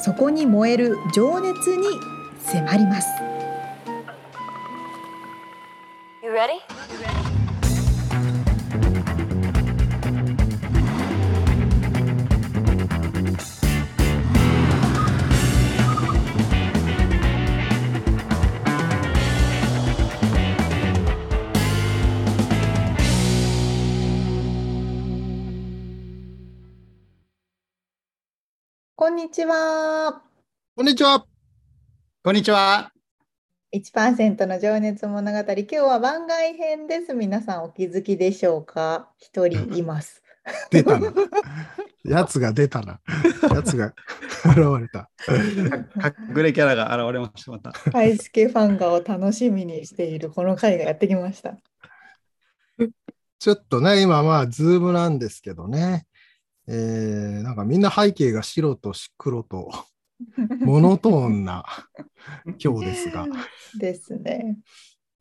そこに燃える情熱に迫ります You ready? こんにちはこんにちは。こんにちは。 1%の情熱物語今日は番外編です皆さんお気づきでしょうか一人います出たな。やつが出たな。やつが現れた。隠れキャラが現れました、また。大輔ファンがを楽しみにしているこの回がやってきましたちょっとね、今まあ、ズームなんですけどね。えー、なんかみんな背景が白と黒とモノトーンな今日ですが。 ですね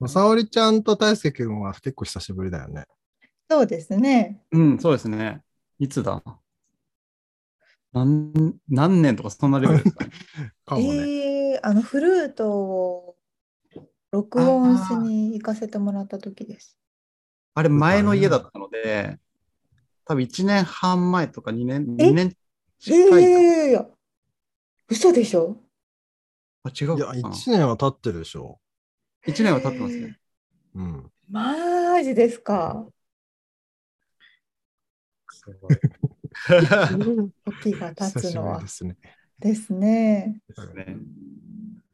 沙織ちゃんと大輔君は結構久しぶりだよね。そうですねうん、そうですね。いつだなん何年とかそんなレベルですかね。かもね。えーあのフルートを録音しに行かせてもらった時です あれ、前の家だったので、多分1年半前とか2年、え2年え近いか、えー嘘でしょあ違いうや、かな1年は経ってるでしょ1年は経ってますね。う。うん。マジですかすごい時が経久つしぶのりはですね。ですね。 ね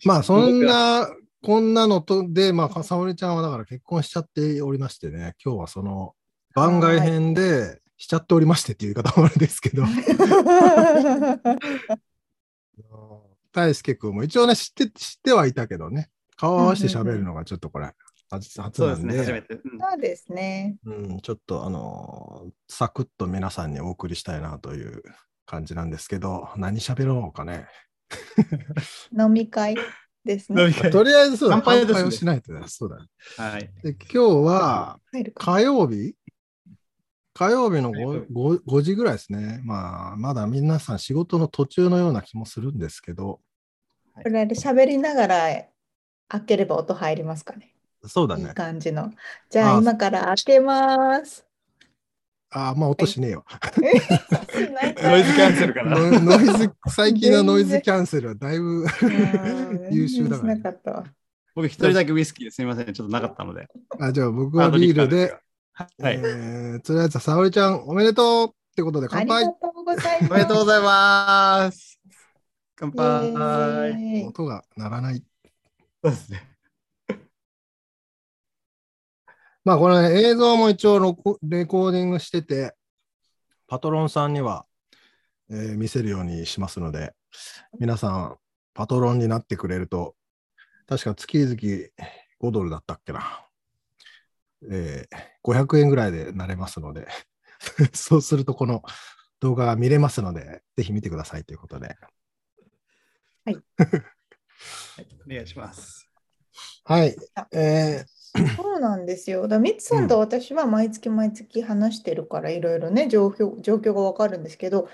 まあ、そんな、こんなのと、で、まあ、沙織ちゃんはだから結婚しちゃっておりましてね、今日はその番外編でしちゃっておりましてっていう言い方もあれですけど、大輔君も一応ね、知って、知ってはいたけどね、顔合わせて喋るのがちょっとこれ、初初そうなですんね、初めで、て。うんそうですね。うん、ちょっとあのーサクッと皆さんにお送りしたいなという感じなんですけど、何喋ろうか ね。飲み会です飲ね。み会とりあえずそうだ、乾杯ですねをしないとね、そうだね。はい。で今日は、入るか。火曜日火曜日の火曜日 5, 5, 時ぐらいですね。まあ、まだ皆さん仕事の途中のような気もするんですけど、これで喋りながら開ければ音入りますかね。そうだいいね。感じの。じゃああ今から開けます。ああ、まあ音しねえよ。ノイズキャンセル かな。ノイノイズ、最近のノイズキャンセルはだいぶ優秀だからなかったわ。僕一人だけウイスキーですみません、ちょっとなかったので。あ、じゃあ僕はビールで、ハードリッえプなんですが。はい。ーとりあえず、沙織ちゃん、おめでとうってことであ乾りが杯とうございます。おめでとうございます。乾杯。イエーイ音が鳴らない。そうですね。まあ、これ、映像も一応ロコレコーディングしてて、パトロンさんには、えー見せるようにしますので、皆さん、パトロンになってくれると、確か月々5ドルだったっけな。えー500円ぐらいでなれますので、 そうするとこの動画が見れますので、ぜひ見てくださいということで。はいお願いします。はい。えそうなんですよ。だからミツさんと私は毎月毎月話してるからいろいろね状況、状況がわかるんですけど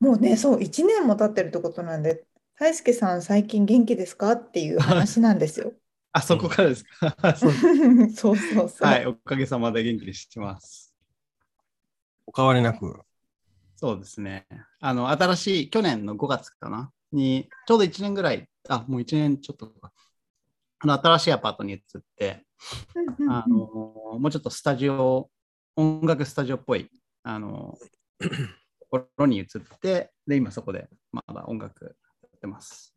もうねそう1年も経ってるってことなんで大輔さん最近元気ですかっていう話なんですよ。 あそこからですか。そうそうそうそう。はい、おかげさまで元気にしてます。お変わりなく。そうですね。あの、新しい、去年の5月かなに、ちょうど1年ぐらい、あ、もう1年ちょっとか。あの、新しいアパートに移って、うんうんうんあの、もうちょっとスタジオ、音楽スタジオっぽい、あの、ところに移って、で、今そこで、まだ音楽やってます。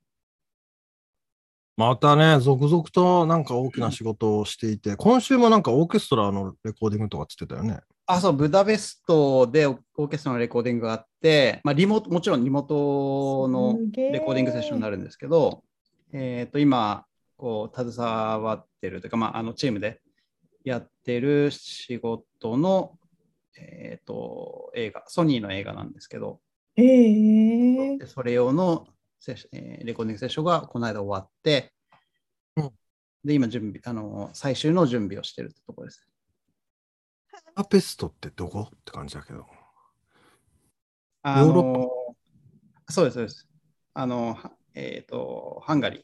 またね、続々となんか大きな仕事をしていて、今週もなんかオーケストラのレコーディングとかつってたよね。あ、そう、ブダペストでオーケストラのレコーディングがあって、まあ、リモート、もちろんリモートのすげーレコーディングセッションになるんですけど、えっ、と、今、こう、携わってるというか、まあ、あの、チームでやってる仕事の、えっ、と、映画、ソニーの映画なんですけど、ええでそれ用のセッション、えーレコーディングセッションがこの間終わって、うんで、今、準備、あの、最終の準備をしてるってところです。タペストってどこって感じだけど。あヨーロのそうです、そうです。あの、はえっ、と、ハンガリー。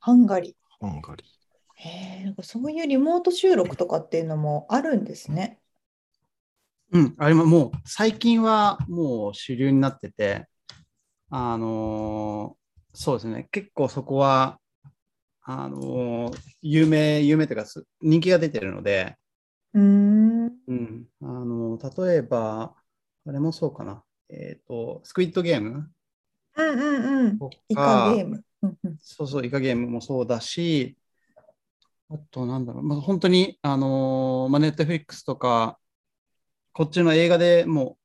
ハンガリー。ハンガリー。へえ、なんかそういうリモート収録とかっていうのもあるんですね。うん、あれももう最近はもう主流になってて、あのーそうですね、結構そこは、あのー有名、有名というか、す人気が出てるので、うーん。うん、あのー例えば、あれもそうかな、えっ、と、スクイッドゲームうんうんうん。とか、イカゲーム。うんうんそうそう、イカゲームもそうだし、あと、なんだろう、まあ、本当に、あのーまあ、ネットフリックスとか、こっちの映画でも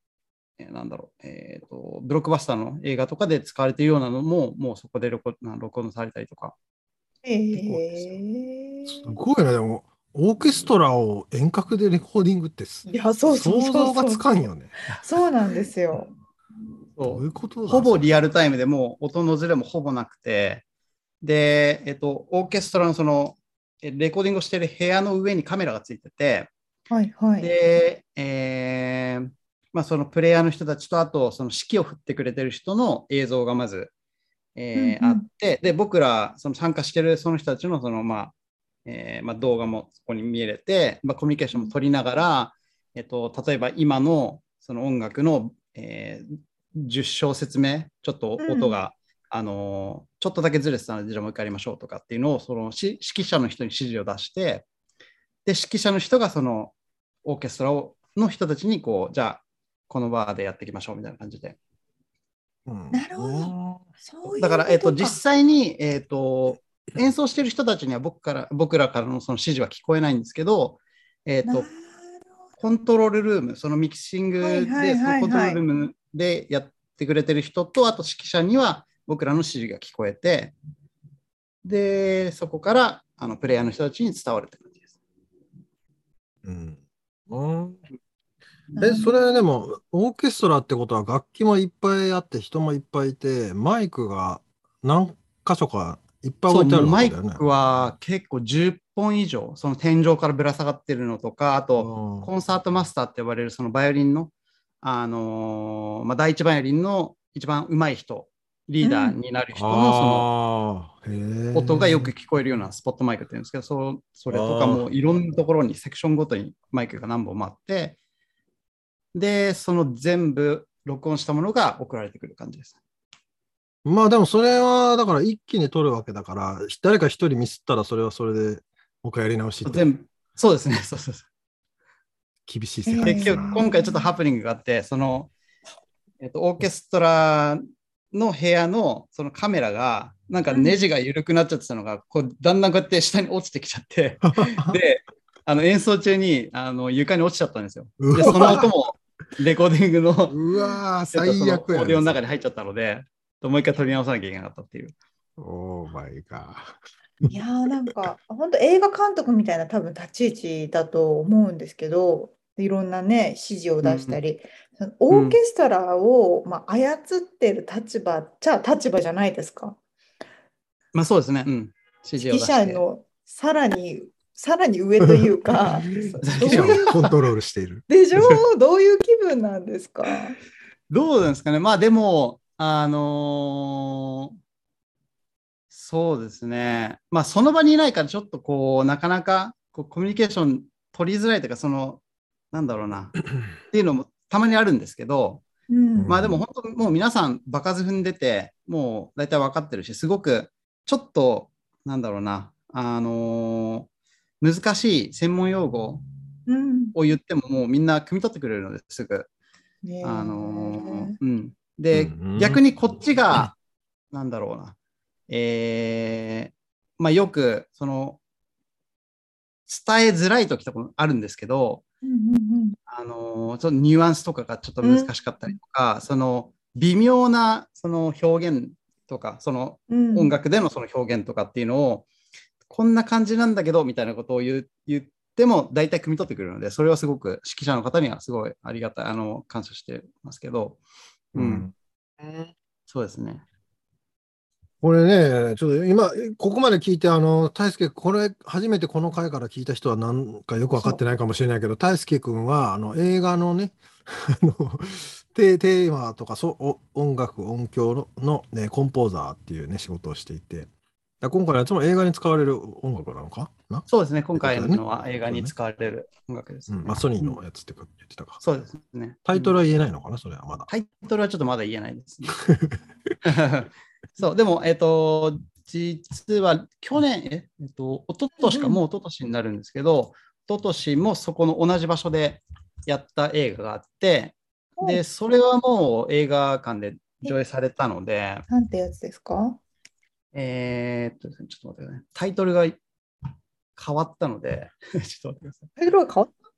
う、えーなんだろう、えっ、と、ブロックバスターの映画とかで使われているようなのも、もうそこで録音な録音されたりとか。へ構ですよえ。すごいね、でも、オーケストラを遠隔でレコーディングってすいや、そうそうそう想像がそうつかんよね。そうなんですよ。そどういううことだほぼリアルタイムでもう音のズレもほぼなくて、で、えっ、と、オーケストラのその、えレコーディングをしている部屋の上にカメラがついてて、はいはい。で、えーまあ、そのプレイヤーの人たちと、あと、その指揮を振ってくれてる人の映像がまず、えーうんうんあって、で、僕ら、その参加してるその人たちの、その、まあ、えーまあ、動画もそこに見れて、まあ、コミュニケーションも取りながら、えっと、例えば今のその音楽の、えー10小節目、ちょっと音が、あのーちょっとだけずれてたので、じゃあもう一回やりましょうとかっていうのを、そのし指揮者の人に指示を出して、で、指揮者の人がそのオーケストラをの人たちに、こう、じゃあ、このバーでやっていきましょうみたいな感じで。うんなるほどおそういうだから、えっと、こか実際に、えっと、演奏してる人たちには僕から、僕らからのその指示は聞こえないんですけど、えっなると、コントロールルーム、そのミキシングはいはいで、そはいはいのコントロールルームでやってくれてる人と、あと指揮者には僕らの指示が聞こえて、で、そこから、あの、プレイヤーの人たちに伝わるって感じです。うんうんなえ、るそれでも、オーケストラってことは楽器もいっぱいあって、人もいっぱいいて、マイクが何箇所かいっぱいそ置ういてあるマわけイだよね。クは結構10本以上、その天井からぶら下がってるのとか、あと、うコンサートマスターって呼ばれるそのバイオリンの、あのーまあ、第一バイオリンの一番上手い人、リーダーになる人のそのああー、へえ音がよく聞こえるようなスポットマイクっていうんですけど、そうそれとかもあーいろんなところにセクションごとにマイクが何本もあって、で、その全部録音したものが送られてくる感じです。まあでもそれはだから一気に取るわけだから、誰か一人ミスったらそれはそれでもう一回やり直しって全部、そうですね、 そうそうそう。厳しい世界で結す局な。今回ちょっとハプニングがあってその、えっとオーケストラの部屋のそのカメラがなんかネジが緩くなっちゃってたのがこうだんだんこうやって下に落ちてきちゃってであの演奏中にあの床に落ちちゃったんですようわでその音もレコーディングの うわー、えっとそ最の悪やオーディオの中で。に入っちゃったのでもう一回撮り直さなきゃいけなかったっていうオーマイガ いやーなんか本当映画監督みたいな多分立ち位置だと思うんですけどいろんなね指示を出したり、そのオーケストラを、まあ、操ってる立場じゃあ立場じゃないですかまあそうですねうん指示指を揮出して者のさらにさらに上という かどういうー。コントロールしている。でしょう どういう気分なんですかどうなんですかね、まあでも、あのーそうですね、まあその場にいないから、ちょっとこう、なかなかこうコミュニケーション取りづらいというか、その、なんだろう な、っていうのもたまにあるんですけど、うんまあでも本当、もう皆さん、場数踏んでて、もう大体分かってるし、すごく、ちょっと、なんだろうな、あのー難しい専門用語うんを言っても、もうみんな汲み取ってくれるのですぐ。ねえあのーうん、で、うんうん逆にこっちが、なんだろうな、えーまあ、よくその伝えづらい時とかもあるんですけど、うんうんあのーそのニュアンスとかがちょっと難しかったりとか、その微妙なその表現ととか、そのうん音楽でのその表現とかっていうのを、こんな感じなんだけどみたいなことを言う言っても大体汲み取ってくれるので、それはすごく指揮者の方にはすごいありがたい、あの感謝してますけど、うん、そうですね。これね、ちょっと今、ここまで聞いて、あの、大輔、これ、初めてこの回から聞いた人は、なんかよく分かってないかもしれないけど、大輔君は、あの、映画のね、 あの、テテーマとかそうお音楽、音響のの、ね、コンポーザーっていうね、仕事をしていて、だ今回のやつも映画に使われる音楽なのかな、そうですね、今回のは映画に使われる音楽です、うねんまあ、ソニーのやつって言ってたか。そうですね。タイトルは、は言えないのかな、それはまだ。タイトルはちょっとまだ言えないですね。そう、でも、えっ、と、実は去年、ええっ、と、一昨年か、うんうんもう一昨年になるんですけど、一昨年もそこの同じ場所でやった映画があって、で、それはもう映画館で上映されたので、なんてやつですかえーっとですね、ちょっと待ってください。タイトルが変わったので、 ちょっと待ってください。タイトルが変わっ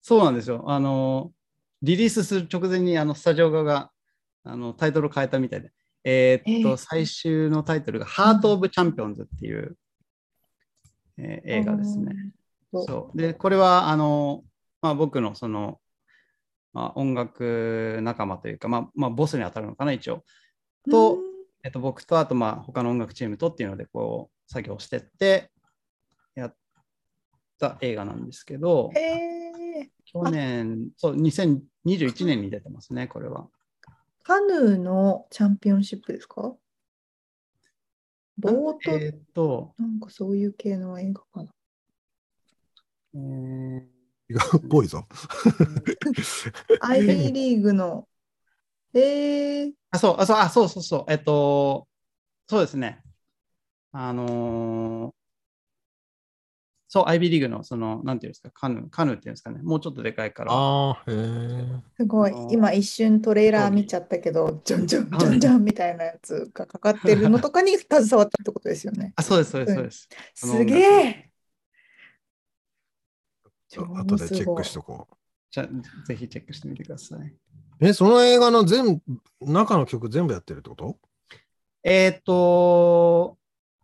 そうなんですよ。あの、リリースする直前に、あの、スタジオ側が、あの、タイトルを変えたみたいで。えーっと、えー最終のタイトルが、ハート・オブ・チャンピオンズっていう、えー映画ですね。うんそう。で、これは、あの、まあ、僕の、その、まあ、音楽仲間というか、まあ、まあ、ボスに当たるのかな、一応。たとうんえっと、僕とあとまあ他の音楽チームとっていうのでこう作業してってやった映画なんですけどへえ去年そう2021年に出てますねこれはカヌーのチャンピオンシップですかボート、えーっと、なんかそういう系の映画かな。えー映画 っぽいぞ。アイビーリーグの。えー、あそうあそうあそうそうそうえっとそうですねあのーそう、アイビーリーグの、その、なんていうんですか、カヌー、カヌーっていうんですかね、もうちょっとでかいから、ああ、へえ。すごいあの。今一瞬トレーラー見ちゃったけど、ジャンジャンジャンジャンみたいなやつがかかってるのとかに携わったってことですよね。あ、そうです、そうです、そうです。すげえあとでチェックしとこう。じゃあぜひチェックしてみてください。え、その映画の全部、中の曲全部やってるってことえっ、と、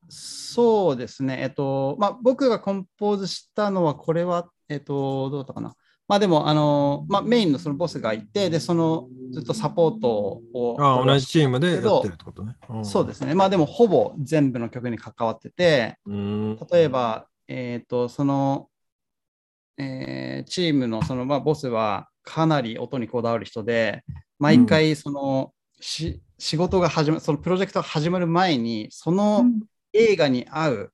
そうですね。えっ、と、まあ、僕がコンポーズしたのは、これは、えっ、と、どうだったかな。まあ、でも、あの、まあ、メインのそのボスがいて、で、その、ずっとサポートを。ああ、同じチームでやけどってるってことね。。そうですすね。まあ、でも、ほぼ全部の曲に関わってて、うーん。例えば、えっ、と、その、えーチームの、その、まあ、ボスは、かなり音にこだわる人で、毎回、その、し仕事が始まそのプロジェクトが始まる前に、その、映画に合う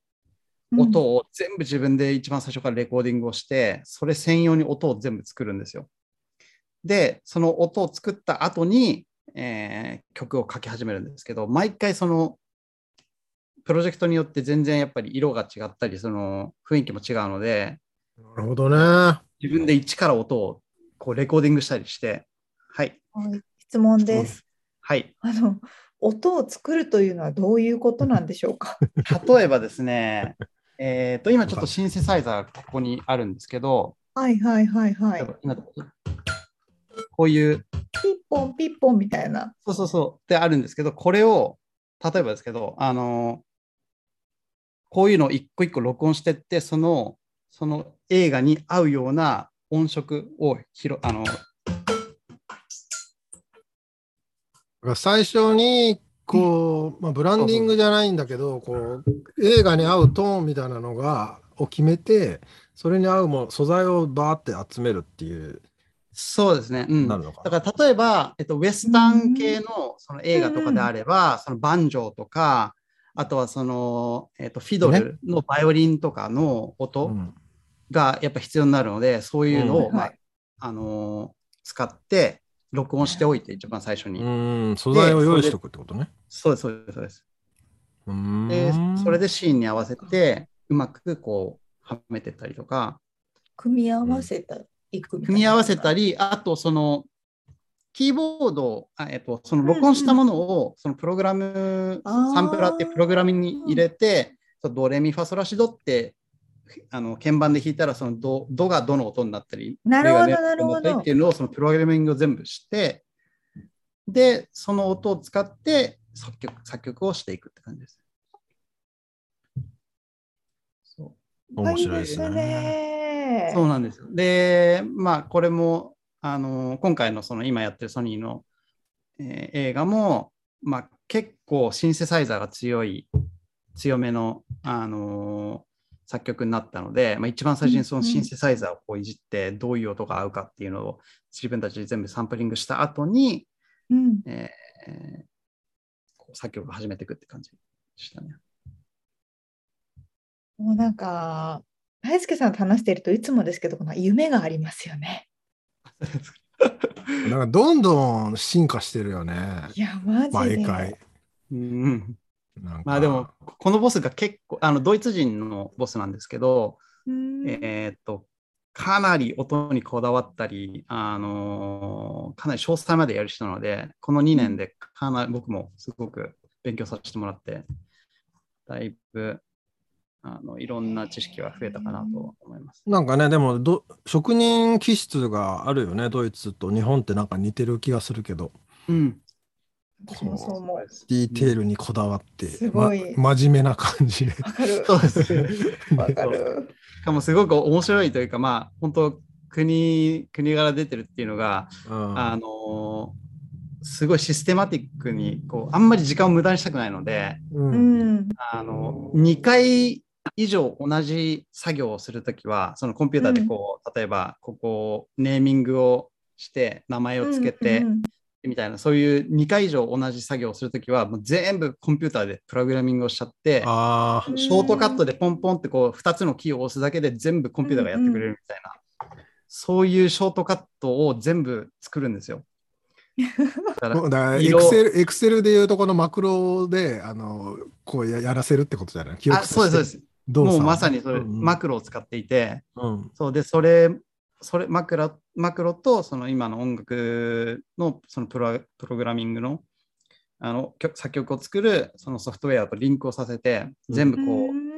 音を全部自分で一番最初からレコーディングをして、それ専用に音を全部作るんですよ。で、その音を作った後に、えー曲を書き始めるんですけど、毎回そのプロジェクトによって全然やっぱり色が違ったり、その雰囲気も違うので、なるほどね。自分で一から音をこうレコーディングしたりして、はい、うんはい質問です。はい。あの、音を作るというのはどういうことなんでしょうか例えばですね、えっと、今ちょっとシンセサイザーがここにあるんですけど、はいはいはいはい。今こういう、ピッポンピッポンみたいな。そうそうそうってあるんですけど、これを、例えばですけど、あのこういうのを一個一個録音してって、その、その映画に合うような音色を拾あの、だから最初に、こう、まあ、ブランディングじゃないんだけど、こう、映画に合うトーンみたいなのが、を決めて、それに合うもの素材をバーって集めるっていう、そうですね。うん。なだるのか。から例えば、えっと、ウェスタン系のその映画とかであれば、そのバンジョーとか、あとはその、えっと、フィドルのバイオリンとかの音、うんがやっぱ必要になるので、そういうのを、うんまはあいあのー使って、録音しておいて、一番最初に。うーん、素材を用意しとくってことね。そうです、そうです、そうです。うーん。で、それでシーンに合わせて、うまくこう、はめてったりとか、組み合わせたいくみたいな組み合わせたり、あと、その、キーボードを、あえっと、その録音したものを、そのプログラム、あーサンプラーってプログラムに入れて、そのドレミファソラシドって、あの鍵盤で弾いたらそのドドがどの音になったり、なるほどレがレがなるほどっていうのをそのプログラミングを全部して、で、その音を使って作曲作曲をしていくって感じです。そう面白いですありますね。ねそうなんですよ。で、まあ、これも、あの今回のその今やってるソニーの、えー映画も、まあ、結構シンセサイザーが強い、強めの、あのー作曲になったので、まあ、一番最初にそのシンセサイザーをこういじって、どういう音が合うかっていうのを自分たちで全部サンプリングした後に、うん、えーこう作曲を始めていくって感じでしたね。もうなんか大輔さんと話しているといつもですけどこの夢がありますよね。なんかどんどん進化してるよね。いやマジで。毎回。うんなんかまあでも、このボスが結構、あのドイツ人のボスなんですけど、うんえーっと、かなり音にこだわったり、あのーかなり詳細までやる人なので、この2年でかなり僕もすごく勉強させてもらって、だいぶあのいろんな知識が増えたかなと思います。なんかね、でもど、職人気質があるよね、ドイツと日本ってなんか似てる気がするけど、うん、私もそう思う。ディテールにこだわって、すごいま真面目な感じ。わかる。そうですね。わかる。しかもすごく面白いというか、まあ、本当国、国柄出てるっていうのが、うん あのーすごいシステマティックにこうあんまり時間を無駄にしたくないので、ううんん。あの2回以上同じ作業をするときはそのコンピューターでこう、例えばここをネーミングをして名前をつけてうんみたいな、そういう2回以上同じ作業をするときはもう全部コンピューターでプログラミングをしちゃってあうんショートカットでポンポンってこう2つのキーを押すだけで全部コンピューターがやってくれるみたいな、そういうショートカットを全部作るんですよ。だかあ、らもうだからエ色クセル、エクセルでいうとこのマクロで、あの、こうややらせるってことじゃない記あ憶。そうですそうですす。動も作うをまさにそれ、うんマクロを使っていて、うんそうで、それ、それマクロマクロとその今の音楽のそのプロプログラミングのあの曲作曲を作るそのソフトウェアとリンクをさせて、うん全う部こう、ん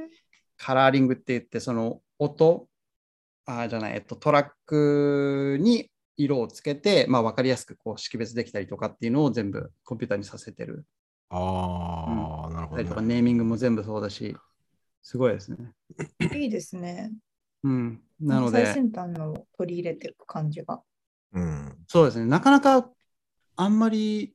カラーリングって言って、その音、あじゃない、えっと、トラックに色をつけて、まあ、分かりやすくこう識別できたりとかっていうのを全部コンピューターにさせてる。ああ、なるほたりとどか、ね。ネーミングも全部そうだし、すごいですね。いいですね。うん、なの最で、先端のを取り入れていく感じが。うん。そうですね、なかなかあんまり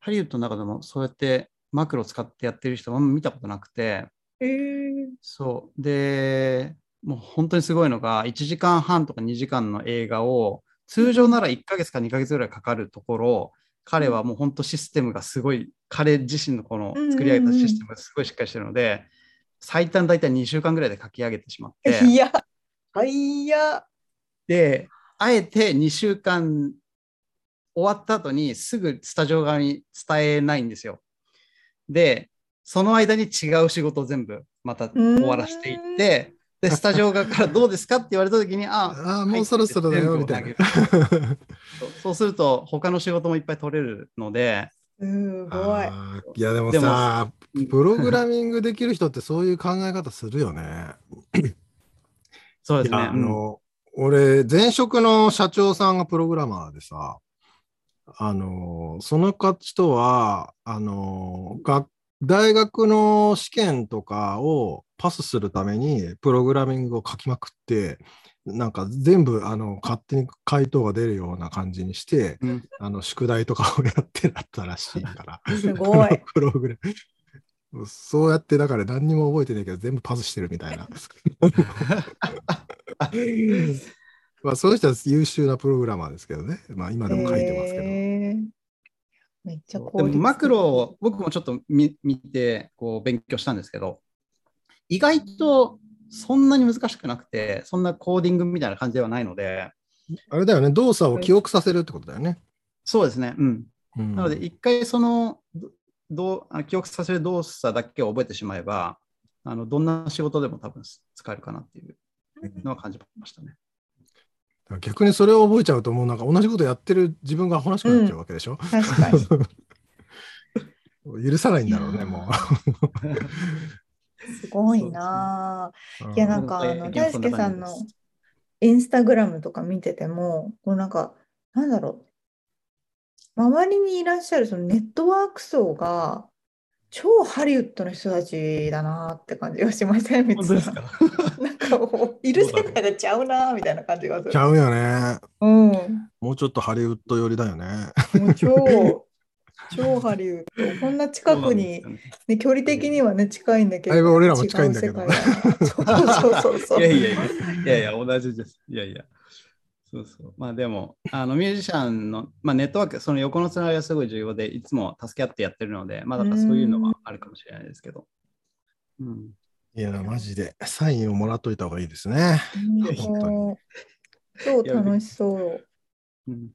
ハリウッドの中でもそうやってマクロ使ってやってる人はあんま見たことなくて、えー、そう、で、もう本当にすごいのが、1時間半とか2時間の映画を、通常なら1ヶ月か2ヶ月ぐらいかかるところ、彼はもう本当システムがすごい、彼自身のこの作り上げたシステムがすごいしっかりしてるので、最短大体2週間ぐらいで書き上げてしま って。いや、はいや。で、あえて2週間終わった後にすぐスタジオ側に伝えないんですよ。で、その間に違う仕事を全部また終わらせていって、で、スタジオ側からどうですかって言われた時に、あ、ああ、もうそろそろだよ、みたいな。そうそうすると他の仕事もいっぱい取れるので、すごい。あーいやでもでもさプログラミングできる人ってそういう考え方するよね。そうでいすね。やあうんの、俺前職の社長さんがプログラマーでさあのその方とはあの学大学の試験とかをパスするためにプログラミングを書きまくってなんか全部あの勝手に回答が出るような感じにしてうんあの宿題とかをやってだったらしいから。すごい。プログラム。そうやってだから何にも覚えてないけど全部パスしてるみたいな。まあそういう人は優秀なプログラマーですけどね。 まあ今でも書いてますけど。えーめっちゃで効も率的マクロを僕もちょっと見見てこう勉強したんですけど意外とそんなに難しくなくてそんなコーディングみたいな感じではないのであれだよね。動作を記憶させるってことだよね。そうですねうんうんなので一回そのどどうあ記憶させる動作だけを覚えてしまえばあのどんな仕事でも多分使えるかなっていうのは感じましたね逆にそれを覚えちゃうともうなんか同じことやってる自分がアホらしくなっちゃうわけでしょ。確かに。許さないんだろうね、もすごいなあ。う。いや、なんか、あうの、ん大輔さんのそんな感じでインスタグラムとか見てても、こうなんか、なんだろう。周りにいらっしゃるそのネットワーク層が超ハリウッドの人たちだなって感じがしません、本当です光かさんなんかもういる世界がちゃうなみたいな感じがするち。ゃうよね。うん、ももうちょっとハリウッド寄りだよね。う超超ハリウッド。こんな近くに、そうなんですね、距離的にはね近いんだけど。だいぶ俺らも近いんだけど違う世界だなそうそうそうそよう。 ね。いやいやいや、いやいや、同じです。いやいや。そうそう。まあでも、あのミュージシャンの、まあ、ネットワーク、その横のつながりはすごい重要で、いつも助け合ってやってるので、まあだからそういうのはあるかもしれないですけど。うん。いや、マジで。サインをもらっといた方がいいですね。本当に超楽しそう。うん、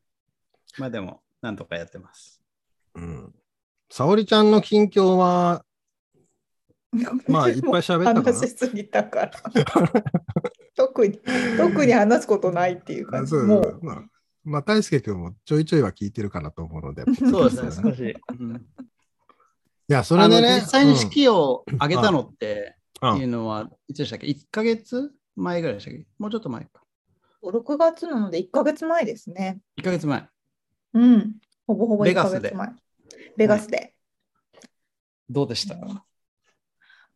まあでも、なんとかやってます。うん。沙織ちゃんの近況は、 まあ、いっぱい喋ったか話しすぎたから。 特に、特に話すことないっていう感な。じ。そうもう、まあ、まあ、大輔君もちょいちょいは聞いてるかなと思うので。そうポッドキャでスすトね、少し。うんいや、そあれのでね。実際にうん式を上げたのって、うんいうのは、いつでしたっけ ?1 ヶ月前ぐらいでしたっけもうちょっと前か。 6月なので1ヶ月前ですね。 1ヶ月前。うん。ほぼほぼベ1ガヶスで月前。ベガスで。どうでしたも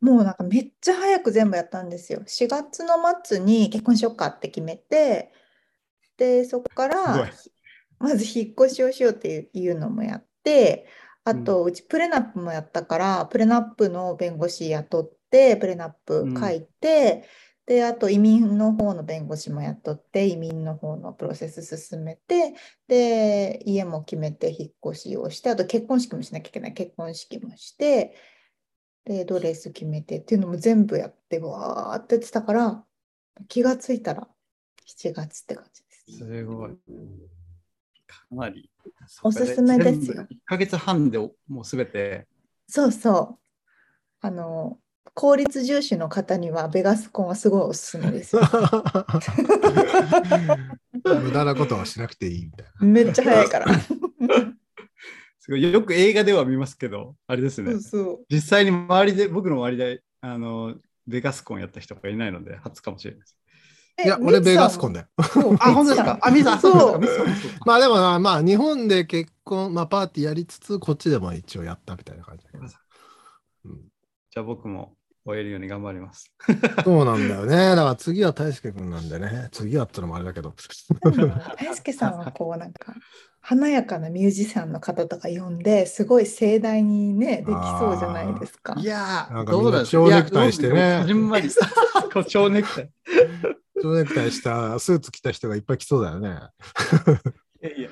うなんかめっちゃ早く全部やったんですよ。4月の末に結婚しようかって決めて、で、そこかすごいらまず引っ越しをしようっていうのもやって、あとうちプレナップもやったから、プレナップの弁護士雇って、プレナップ書いて、で、あと移民の方の弁護士も雇って、移民の方のプロセス進めて、で、家も決めて引っ越しをして、あと結婚式もしなきゃいけない、結婚式もして、で、ドレス決めてっていうのも全部やって、わーってやってたから、気がついたら7月って感じです。すごい。かなり。おすすめですよ1ヶ月半でもうすべて。そうそう。あの、効率重視の方にはベガスコンはすごいおすすめですよ。 無駄なことはしなくていいみたいめっちゃ早いから。すごいよく映画では見ますけど、あれですそねう。そう。実際に周りで、僕の周りで、あの、ベガスコンやった人がいないので、初かもしれないです。な。いや、俺、ベガスコンだよ。そうあ、本当ですか。あ、ミさん、そうミさんそうか。まあでもな、まあ、日本で結婚、まあ、パーティーやりつつ、こっちでも一応やったみたいな感じだけどさ。うんじゃあ僕も終えるように頑張ります。そうなんだよね。だから次は大輔君なんでね。次はってのもあれだけど。大輔さんはこうなんか華やかなミュージシャンの方とか呼んですごい盛大にねできそうじゃないですかい。やなんかみんー、などうなんですか蝶ネクタイしてねいやどうなんですかこじんま り。こう蝶ネクタイ。蝶ネクタイした、スーツ着た人がいっぱい来そうだよね。いやいや、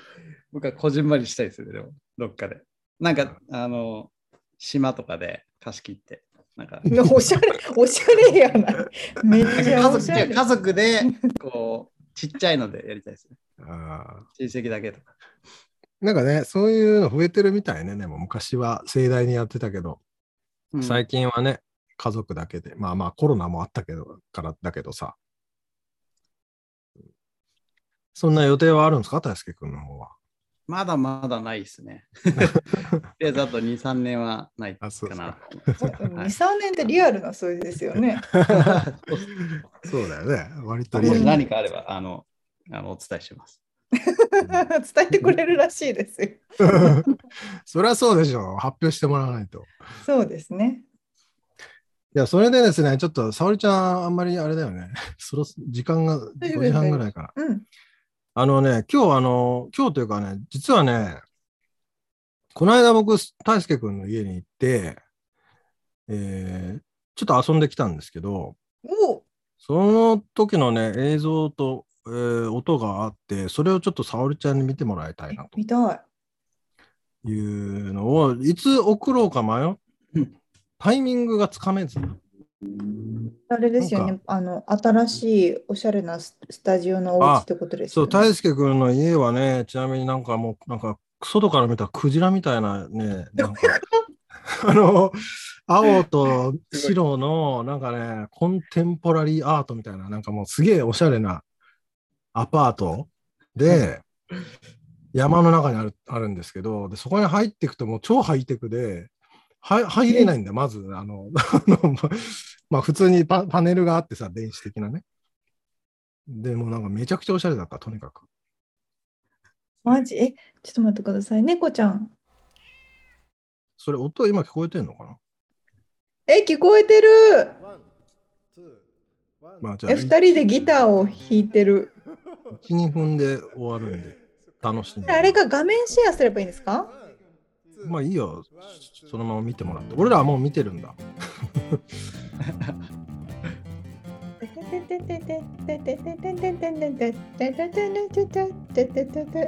僕はこじんまりしたいですね、でも、どっかで。なんか、あの、島とかで貸し切って、なんか、いやおしゃれ、おしゃれやない。めっち家ゃおし族ゃ違れう。家族で、こう、ちっちゃいのでやりたいですね。あー親戚だけとか。なんかね、そういうの増えてるみたいね。でも昔は盛大にやってたけど、うん最近はね、家族だけで、まあまあコロナもあったけど、からだけどさ。そんな予定はあるんですか大輔君の 方は。まだまだないで すね。とりあえずあと2、3年はないかあそうですなか。 2、3年ってリアルな数字ですよね。はいそうだよね。割とリアもルし何かあれば、あの、あのお伝えします。 伝えてくれるらしいですよ。 そりゃそうでしょう。発表してもらわないと。そうですね。いや、それでですね、ちょっと、沙織ちゃん、あんまりあれだよね。 そろ時間が5時半ぐらいから。うん。あのね、今日、あの、今日というかね、実はね、この間僕、大輔君の家に行って、えーちょっと遊んできたんですけど、おうその時のね、映像と、えー音があって、それをちょっと沙織ちゃんに見てもらいたいな見たい。というのを、いつ送ろうか迷っうんタイミングがつかめず。あれですよなね。あの、新しいおしゃれなススタジオのお家ってことですそよう、ね。大輔君の家はね、ちなみになんかもう、なんか、外から見たクジラみたいなね、 なんか、あの、青と白の、なんかね、コンテンポラリーアートみたいな、なんかもうすげえおしゃれなアパートで、山の中にあるあるんですけどで、そこに入っていくともう超ハイテクで、は入れないんだよ、まず。あの、 あのまあ普通にパパネルがあってさ、電子的なね。でもなんかめちゃくちゃおしゃれだった、とにかく。マジえ、ちょっと待ってください。猫ちゃん。それ音今聞こえてんのかなえ、聞こえてる。まあじゃあ、え、二人でギターを弾いてる。 1、2分で終わるんで、楽しんで。あれが画面シェアすればいいんですかまあいいよ、そのまま見てもらって。俺らはもう見てるんだ。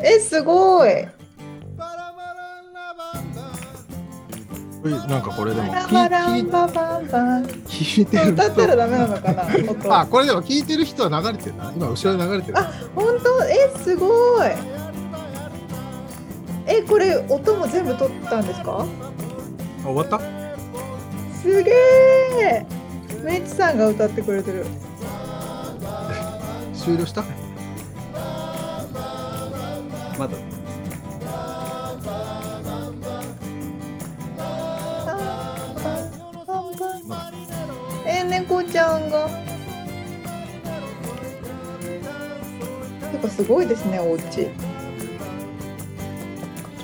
え、すごい。ういなんかこれでもバ聞ラバラいン聞ババンバン。い聞いてる歌ったら人ダメなのかな。 あ音これでも聞いてる人は流れてるな今後ろで流れてるあ本当え、すごい。え、これ音も全部取ったんですかあ終わったすげえ。メイチさんが歌ってくれてる。終了したまだまえー、猫ちゃんが。てかすごいですね、お家。ちょ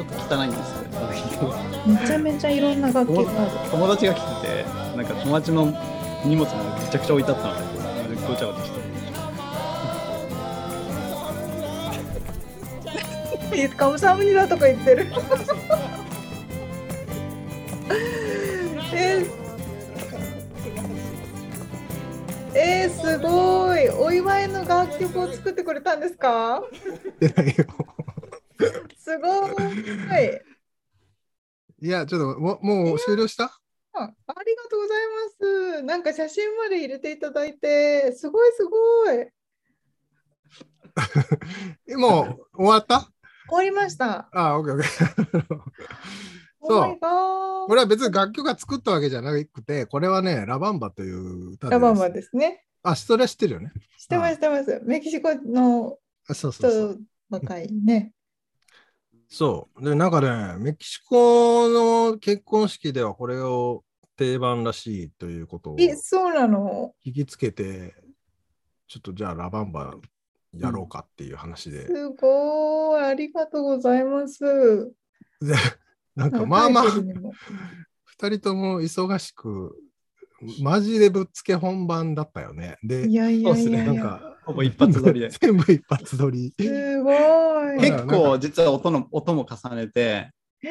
っと汚いんですけどめちゃめちゃいろんな楽器があ友達が来ててなんか友達の荷物がめちゃくちゃ置いてあったのでごちゃごちゃしてる。カムサムニだとか言ってる。えーえー、すごい。お祝いの楽曲を作ってくれたんですか出ないよすごい。いやちょっとももう終了したあありがとうございます。なんか写真まで入れていただいて、すごいすごい。終えもう終わったわりました。あオッケーオッ ケー Oh そ my う god これは別に楽曲が作ったわけじゃなくてこれはねラバンバという歌でラバンバすですね。あそれは知ってるよね知ってます、知ってます。メキシコのあそうそうそう人若いね。そう。で、なんかね、メキシコの結婚式ではこれを定番らしいということをえ、聞そうなの。きつけて、ちょっとじゃあラバンバやろうかっていう話 で。すごい。ありがとうございます。 でなんかまあまあ、タイトルにも2人とも忙しく、マジでぶっつけ本番だったよね。でい、やいやいやないんや。か、ほぼ一発撮り で全部一発撮り。すごい。 結構実は音の音も重ねてえ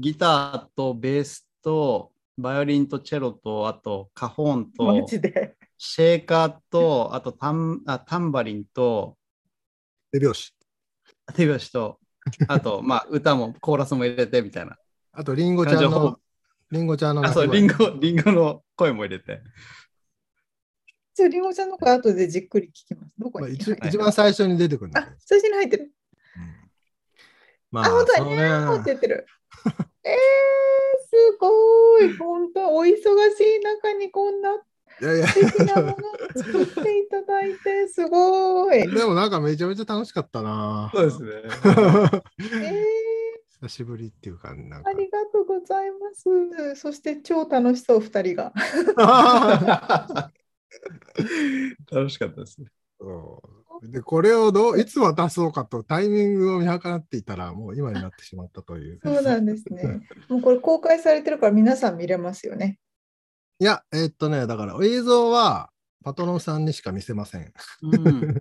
ギターとベースとバイオリンとチェロとあとカホーンーマとジで。シェーカーとあとタンあタンバリンと手拍子。手拍子とあと まあ歌もコーラスも入れてみたいなあと、リンゴちゃん感情ほのぼ、リンゴちゃんのあそう鳴き声リンゴリンゴの声も入れてちょ、りんごちゃんの声後でじっくり聞きます。どこまあに一入ってる一番最初に出てくるんだけあど。、写真に入ってる。うんまあ、本当そだ、のにねゃーって言ってる。えー、すごい。本当、お忙しい中にこんない やいや、素敵なものを作っていただい て、すごい。えでもなんかめちゃめちゃ楽しかったな。そうですねー、久しぶりっていうか、なんかあ。りがとうございます。そして、超楽しそう、二人が。楽しかったですね そうで、これをどういつ渡そうかとタイミングを見計らっていたら、もう今になってしまったという。そうなんですね。もうこれ公開されてるから、皆さん見れますよね。いや、えーっとね、だから映像はパトロンさんにしか見せません。 うん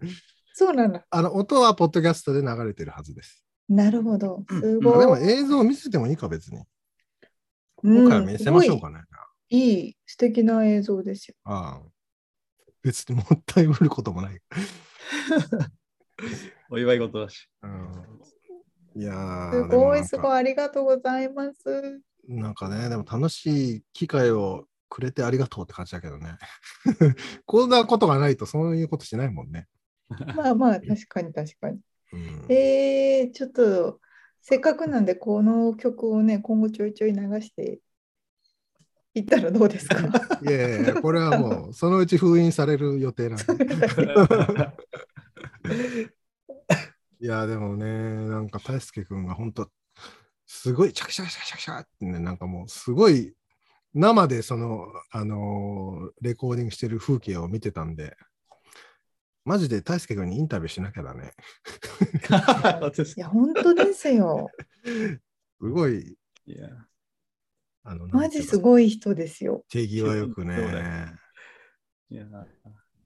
そうなんだ。あの音はポッドキャストで流れてるはずです。なるほど。すまあでごもい。映像を見せてもいいか、別に。うん今回は見せましょうかね。すごいいい、素敵な映像ですよ。ああ別にもったいぶることもない。お祝い事だ しうんいやーすでもごなんい、かすごい、ありがとうございます。なんかね、でも楽しい機会をくれてありがとうって感じだけどね。 こんなことがないとそういうことしないもんね。まあまあ確かに確かに。うんえー、ちょっとせっかくなんでこの曲をね今後ちょいちょい流していったらどうですか いやいや、これはもうそのうち封印される予 定なんで。いや、でもね、なんか大輔君が本当すごいチャキチャキチャキチャキチャキってね、なんかもうすごい生でその、あのーレコーディングしてる風景を見てたんで、マジで大輔君にインタビューしなきゃだね。いや、本当ですよ。すごい、いやあの、マジすい。ごい人ですよ。手際よくねそう。だよいや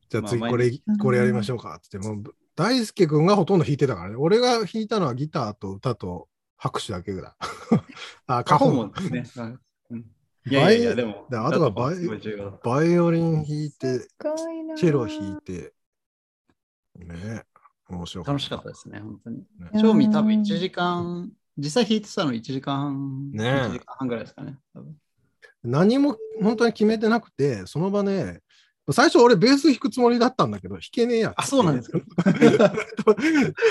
じゃあ次まあこれ、毎日これやりましょうかってって、もう大輔君がほとんど弾いてたからね。俺が弾いたのはギターと歌と拍手だけぐらい。 あ、カ過ホ去ンもも。ね。 うんいやいやいや、でも。であとはバイすごい重要だバイオリン弾いて、チェェロ弾いて、ね面白楽しかったですね、本当に。うん賞味多分1時間、実際弾いてたの1時間半、ねえ1時間半ぐらいですかね。多分何も本当に決めてなくて、その場で、最初俺ベース弾くつもりだったんだけど、弾けねえやっつってあ、そうなんですか。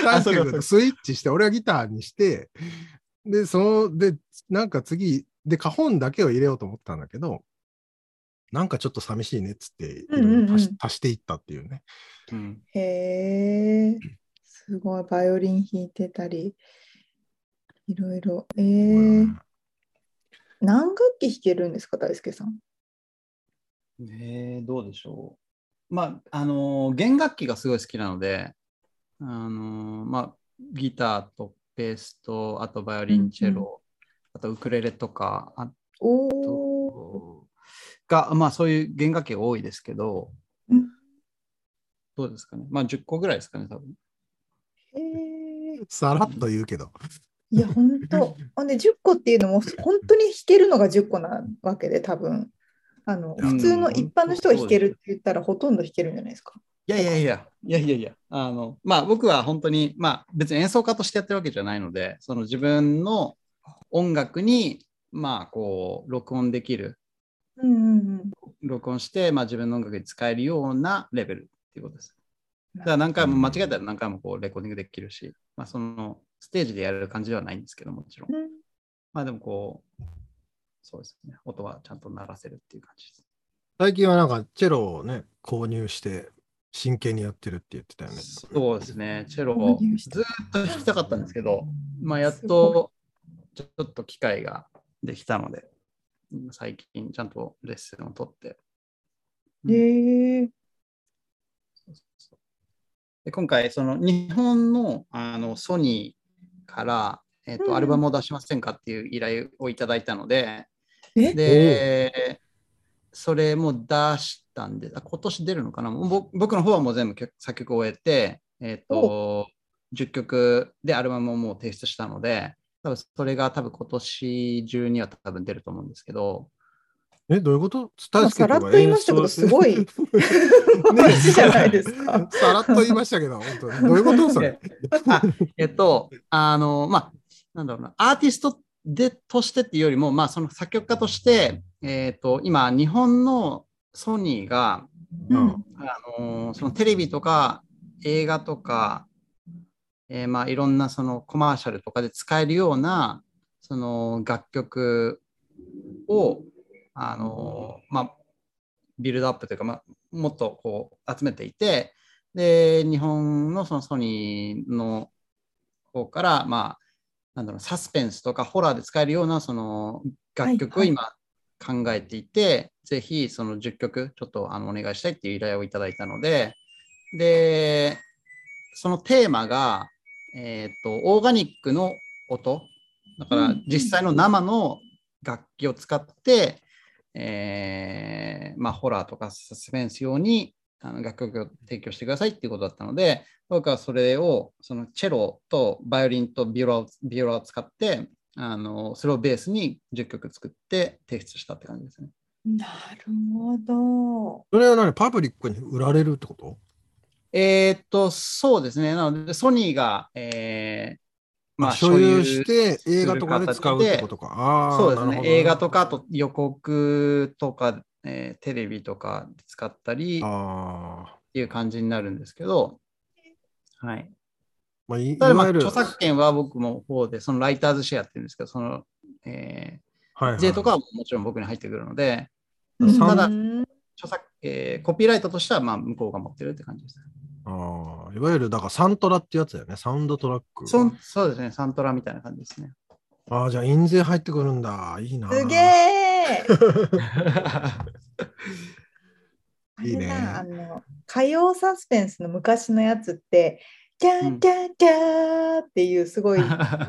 大 あ輔そうか君とスイッチして、俺はギターにして、で、その、で、なんか次、で、カホンだけを入れようと思ったんだけど、なんかちょっと寂しいねっつって、いろいろう足しんうんうん足していったっていうね。うんへえ、すごい、バイオリン弾いてたり、いろいろ。えー、何楽器弾けるんですか、大輔さん。えー、どうでしょう。まあ、あのー弦楽器がすごい好きなので、あのーまあ、ギターとベースと、あとバイオリン、チェロ、うんあとウクレレとか、あおお、が、まあ、そういう弦楽器が多いですけどうん、どうですかね。まあ、10個ぐらいですかね、多分。へえ、さらっと言うけど、いや、本 当。ほんで、10個っていうのも、本当に弾けるのが10個なわけで、多分あのいや普通のうん一般の人が弾けるって言ったら、ほとんど弾けるんじゃないですか。いやいやいや、いやいやいや、あの、まあ僕は本当に、まあ別に演奏家としてやってるわけじゃないので、その自分の音楽に、まあこう、録音できる、うんうんうん。録音して、まあ自分の音楽に使えるようなレベルっていうことです。だから何回も間違えたら何回もこうレコーディングできるし、まあそのステージでやれる感じではないんですけど、もちろん。うんまあでもこう、そうですね、音はちゃんと鳴らせるっていう感じです。最近はなんかチェロをね、購入して、真剣にやってるって言ってたよね。そうですね、チェロ購を入したずーっと弾きたかったんですけど、まあ、やっすごとちょっと機会ができたので、最近ちゃんとレッスンを取って、うへん え、で今回、その日本のあのソニーから、えっうんうとんアルバムを出しませんかっていう依頼をいただいたので、えで、それも出したんで、あ今年出るのかなもうぼ僕の方はもう全部曲作曲を終えて、えっと10曲でアルバムをもう提出したので、多分それが多分今年中には多分出ると思うんですけど、え、どういうこと今さらっと言いましたけど、すご い話じゃないですか。さらっと言いましたけど、本当に。どういうこと それ。あえっと、あの、まあ、なんだろうな、アーティストでとしてっていうよりも、まあ、その作曲家として、えっと、今、日本のソニーが、うんあのーそのテレビとか映画とか、えーまあ、いろんなそのコマーシャルとかで使えるようなその楽曲を、あのーまあ、ビルドアップというか、まあ、もっとこう集めていてで日本のそのソニーの方から、まあ、なんだろうサスペンスとかホラーで使えるようなその楽曲をはいはい今、考えていて、ぜひその10曲ちょっとあのお願いしたいっていう依頼をいただいたので、で、そのテーマが、えっ、と、オーガニックの音、だかうらん実際の生の楽器を使って、えーまあ、ホラーとかサスペンス用にあの楽曲を提供してくださいっていうことだったので、僕はそれを、そのチェロとバイオリンとビオラをビオラを使って、あのそれをベースに10曲作って提出したって感じですね。なるほど。それは何パブリックに売られるってことえーっと、そうですね。なので、ソニーが、えーまあ、所所有有して映画とかで使うってことか。ああ、そうですなるねほど映画とか、あと予告とか、えーテレビとかで使ったりっああ。ていう感じになるんですけど、はい。まあ、いいただ、まわあ、ゆる。著作権は僕も方で、そのライターズシェアっていうんですけど、その、えはいはー、い税とかはもちろん僕に入ってくるので、うんただう、ん著作、えーコピーライトとしては、まあ、向こうが持ってるって感じです。ああいわゆる、だからサントラってやつだよね。サウンドトラック。そんそうですね、サントラみたいな感じ ですね。ああ、じゃあ印税入ってくるんだ。いいな。すげえ。あいいれねだ、あの、火曜サスペンスの昔のやつって、キャンキャンキャーっていうす ごい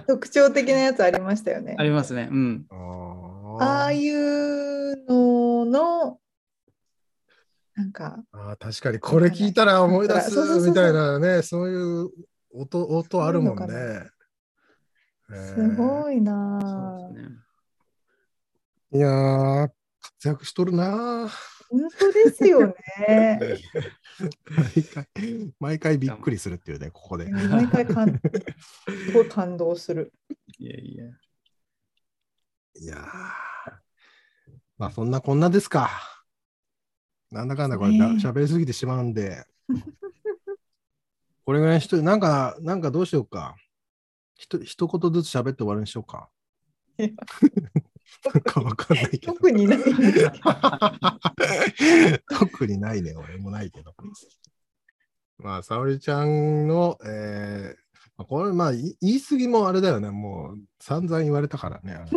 特徴的なやつありましたよね。ありますね。うん。あああいうのの、なんか、あー確かにこれ聞いたら思い出すそうそうそうそうみたいなねそういう音音あるもんねそういうのか。えーすごいなそうぁですね。いやー活躍しとるな本当ですよね。ー 毎回毎回びっくりするっていうねここで。うん毎回感、すごい感動する。いやいや。いやーまあそんなこんなですか。なんだかんだこれねえな喋りすぎてしまうんで。 これぐらいにしとなんか、なんかどうしようか。ひと一言ずつ喋って終わりにしようか。なんかわかんないけど。 特にない。 特にないね、俺もないけど。まあ、沙織ちゃんの、えーまあこれ、まあ、い言い過ぎもあれだよね、もう散々言われたからね。あの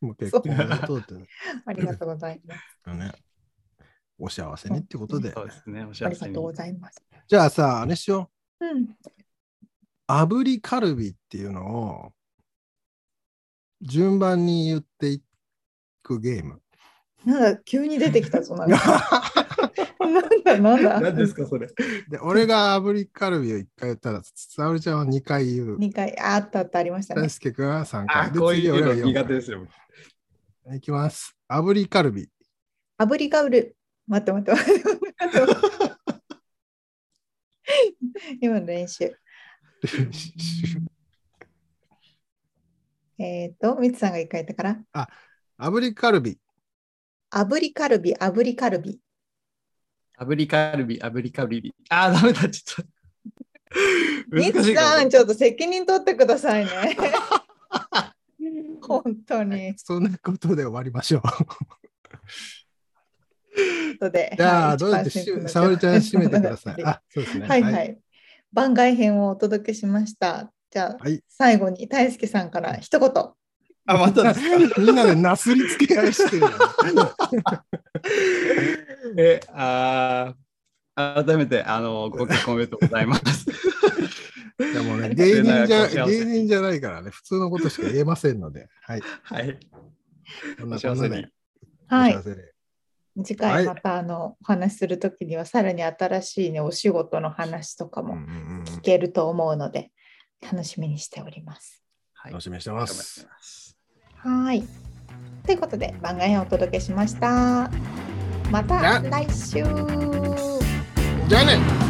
もう結婚おめでとうってありがとうございます。ね。お幸せにってことでそ。うですね。おあ幸りがせにとう。ございます。じゃあさ、あれしようん。う。炙りカルビっていうのを順番に言っていくゲー ム。なんか急に出てきたぞ、なん か。なんだ、なんだ。何ですか、それ。で、俺が炙りカルビを1回言ったら、沙織ちゃんは2回言う。二回、ああったあったありましたね大。輔君は3あ回。でこういうの次俺が苦四手ですよ。回いきます。炙りカル ビ。炙りカウル。待って待って待って待って 待って。今の練習。えっ、と、みつさんが一回言ったから。炙りカルビ。炙りカルビ、炙りカルビ。炙りカルビ、炙りカルビ。あー、ダメだ、ちょっと。み 難しついかさもん、ちょっと責任取ってください ね。本当に。そんなことで終わりましょう。後で。じゃはあ、いどうやってし1%の沙織ちゃん締めてください。あ、そうですね。はいはい、番外編をお届けしました。じゃあ、はい最後に大輔さんから一言。あ、またですか。 みんなでなすりつけ 合いしてるよね。え、あー改めて、あの、ご結婚おめでとうご ざいます。いやもうね、芸人じ幸ゃ、芸せ人じゃないからね、普通のことしか言えませんので、はい。はい。こんおなこ幸んせなにで。、はいお幸。せで次はい回またあの、お話しするときにはさらに新しいねお仕事の話とかうんうんもうん聞けると思うので、楽しみにしております。はい楽しみにしてます。はい。ということで番外編をお届けしました。また来週。じゃあね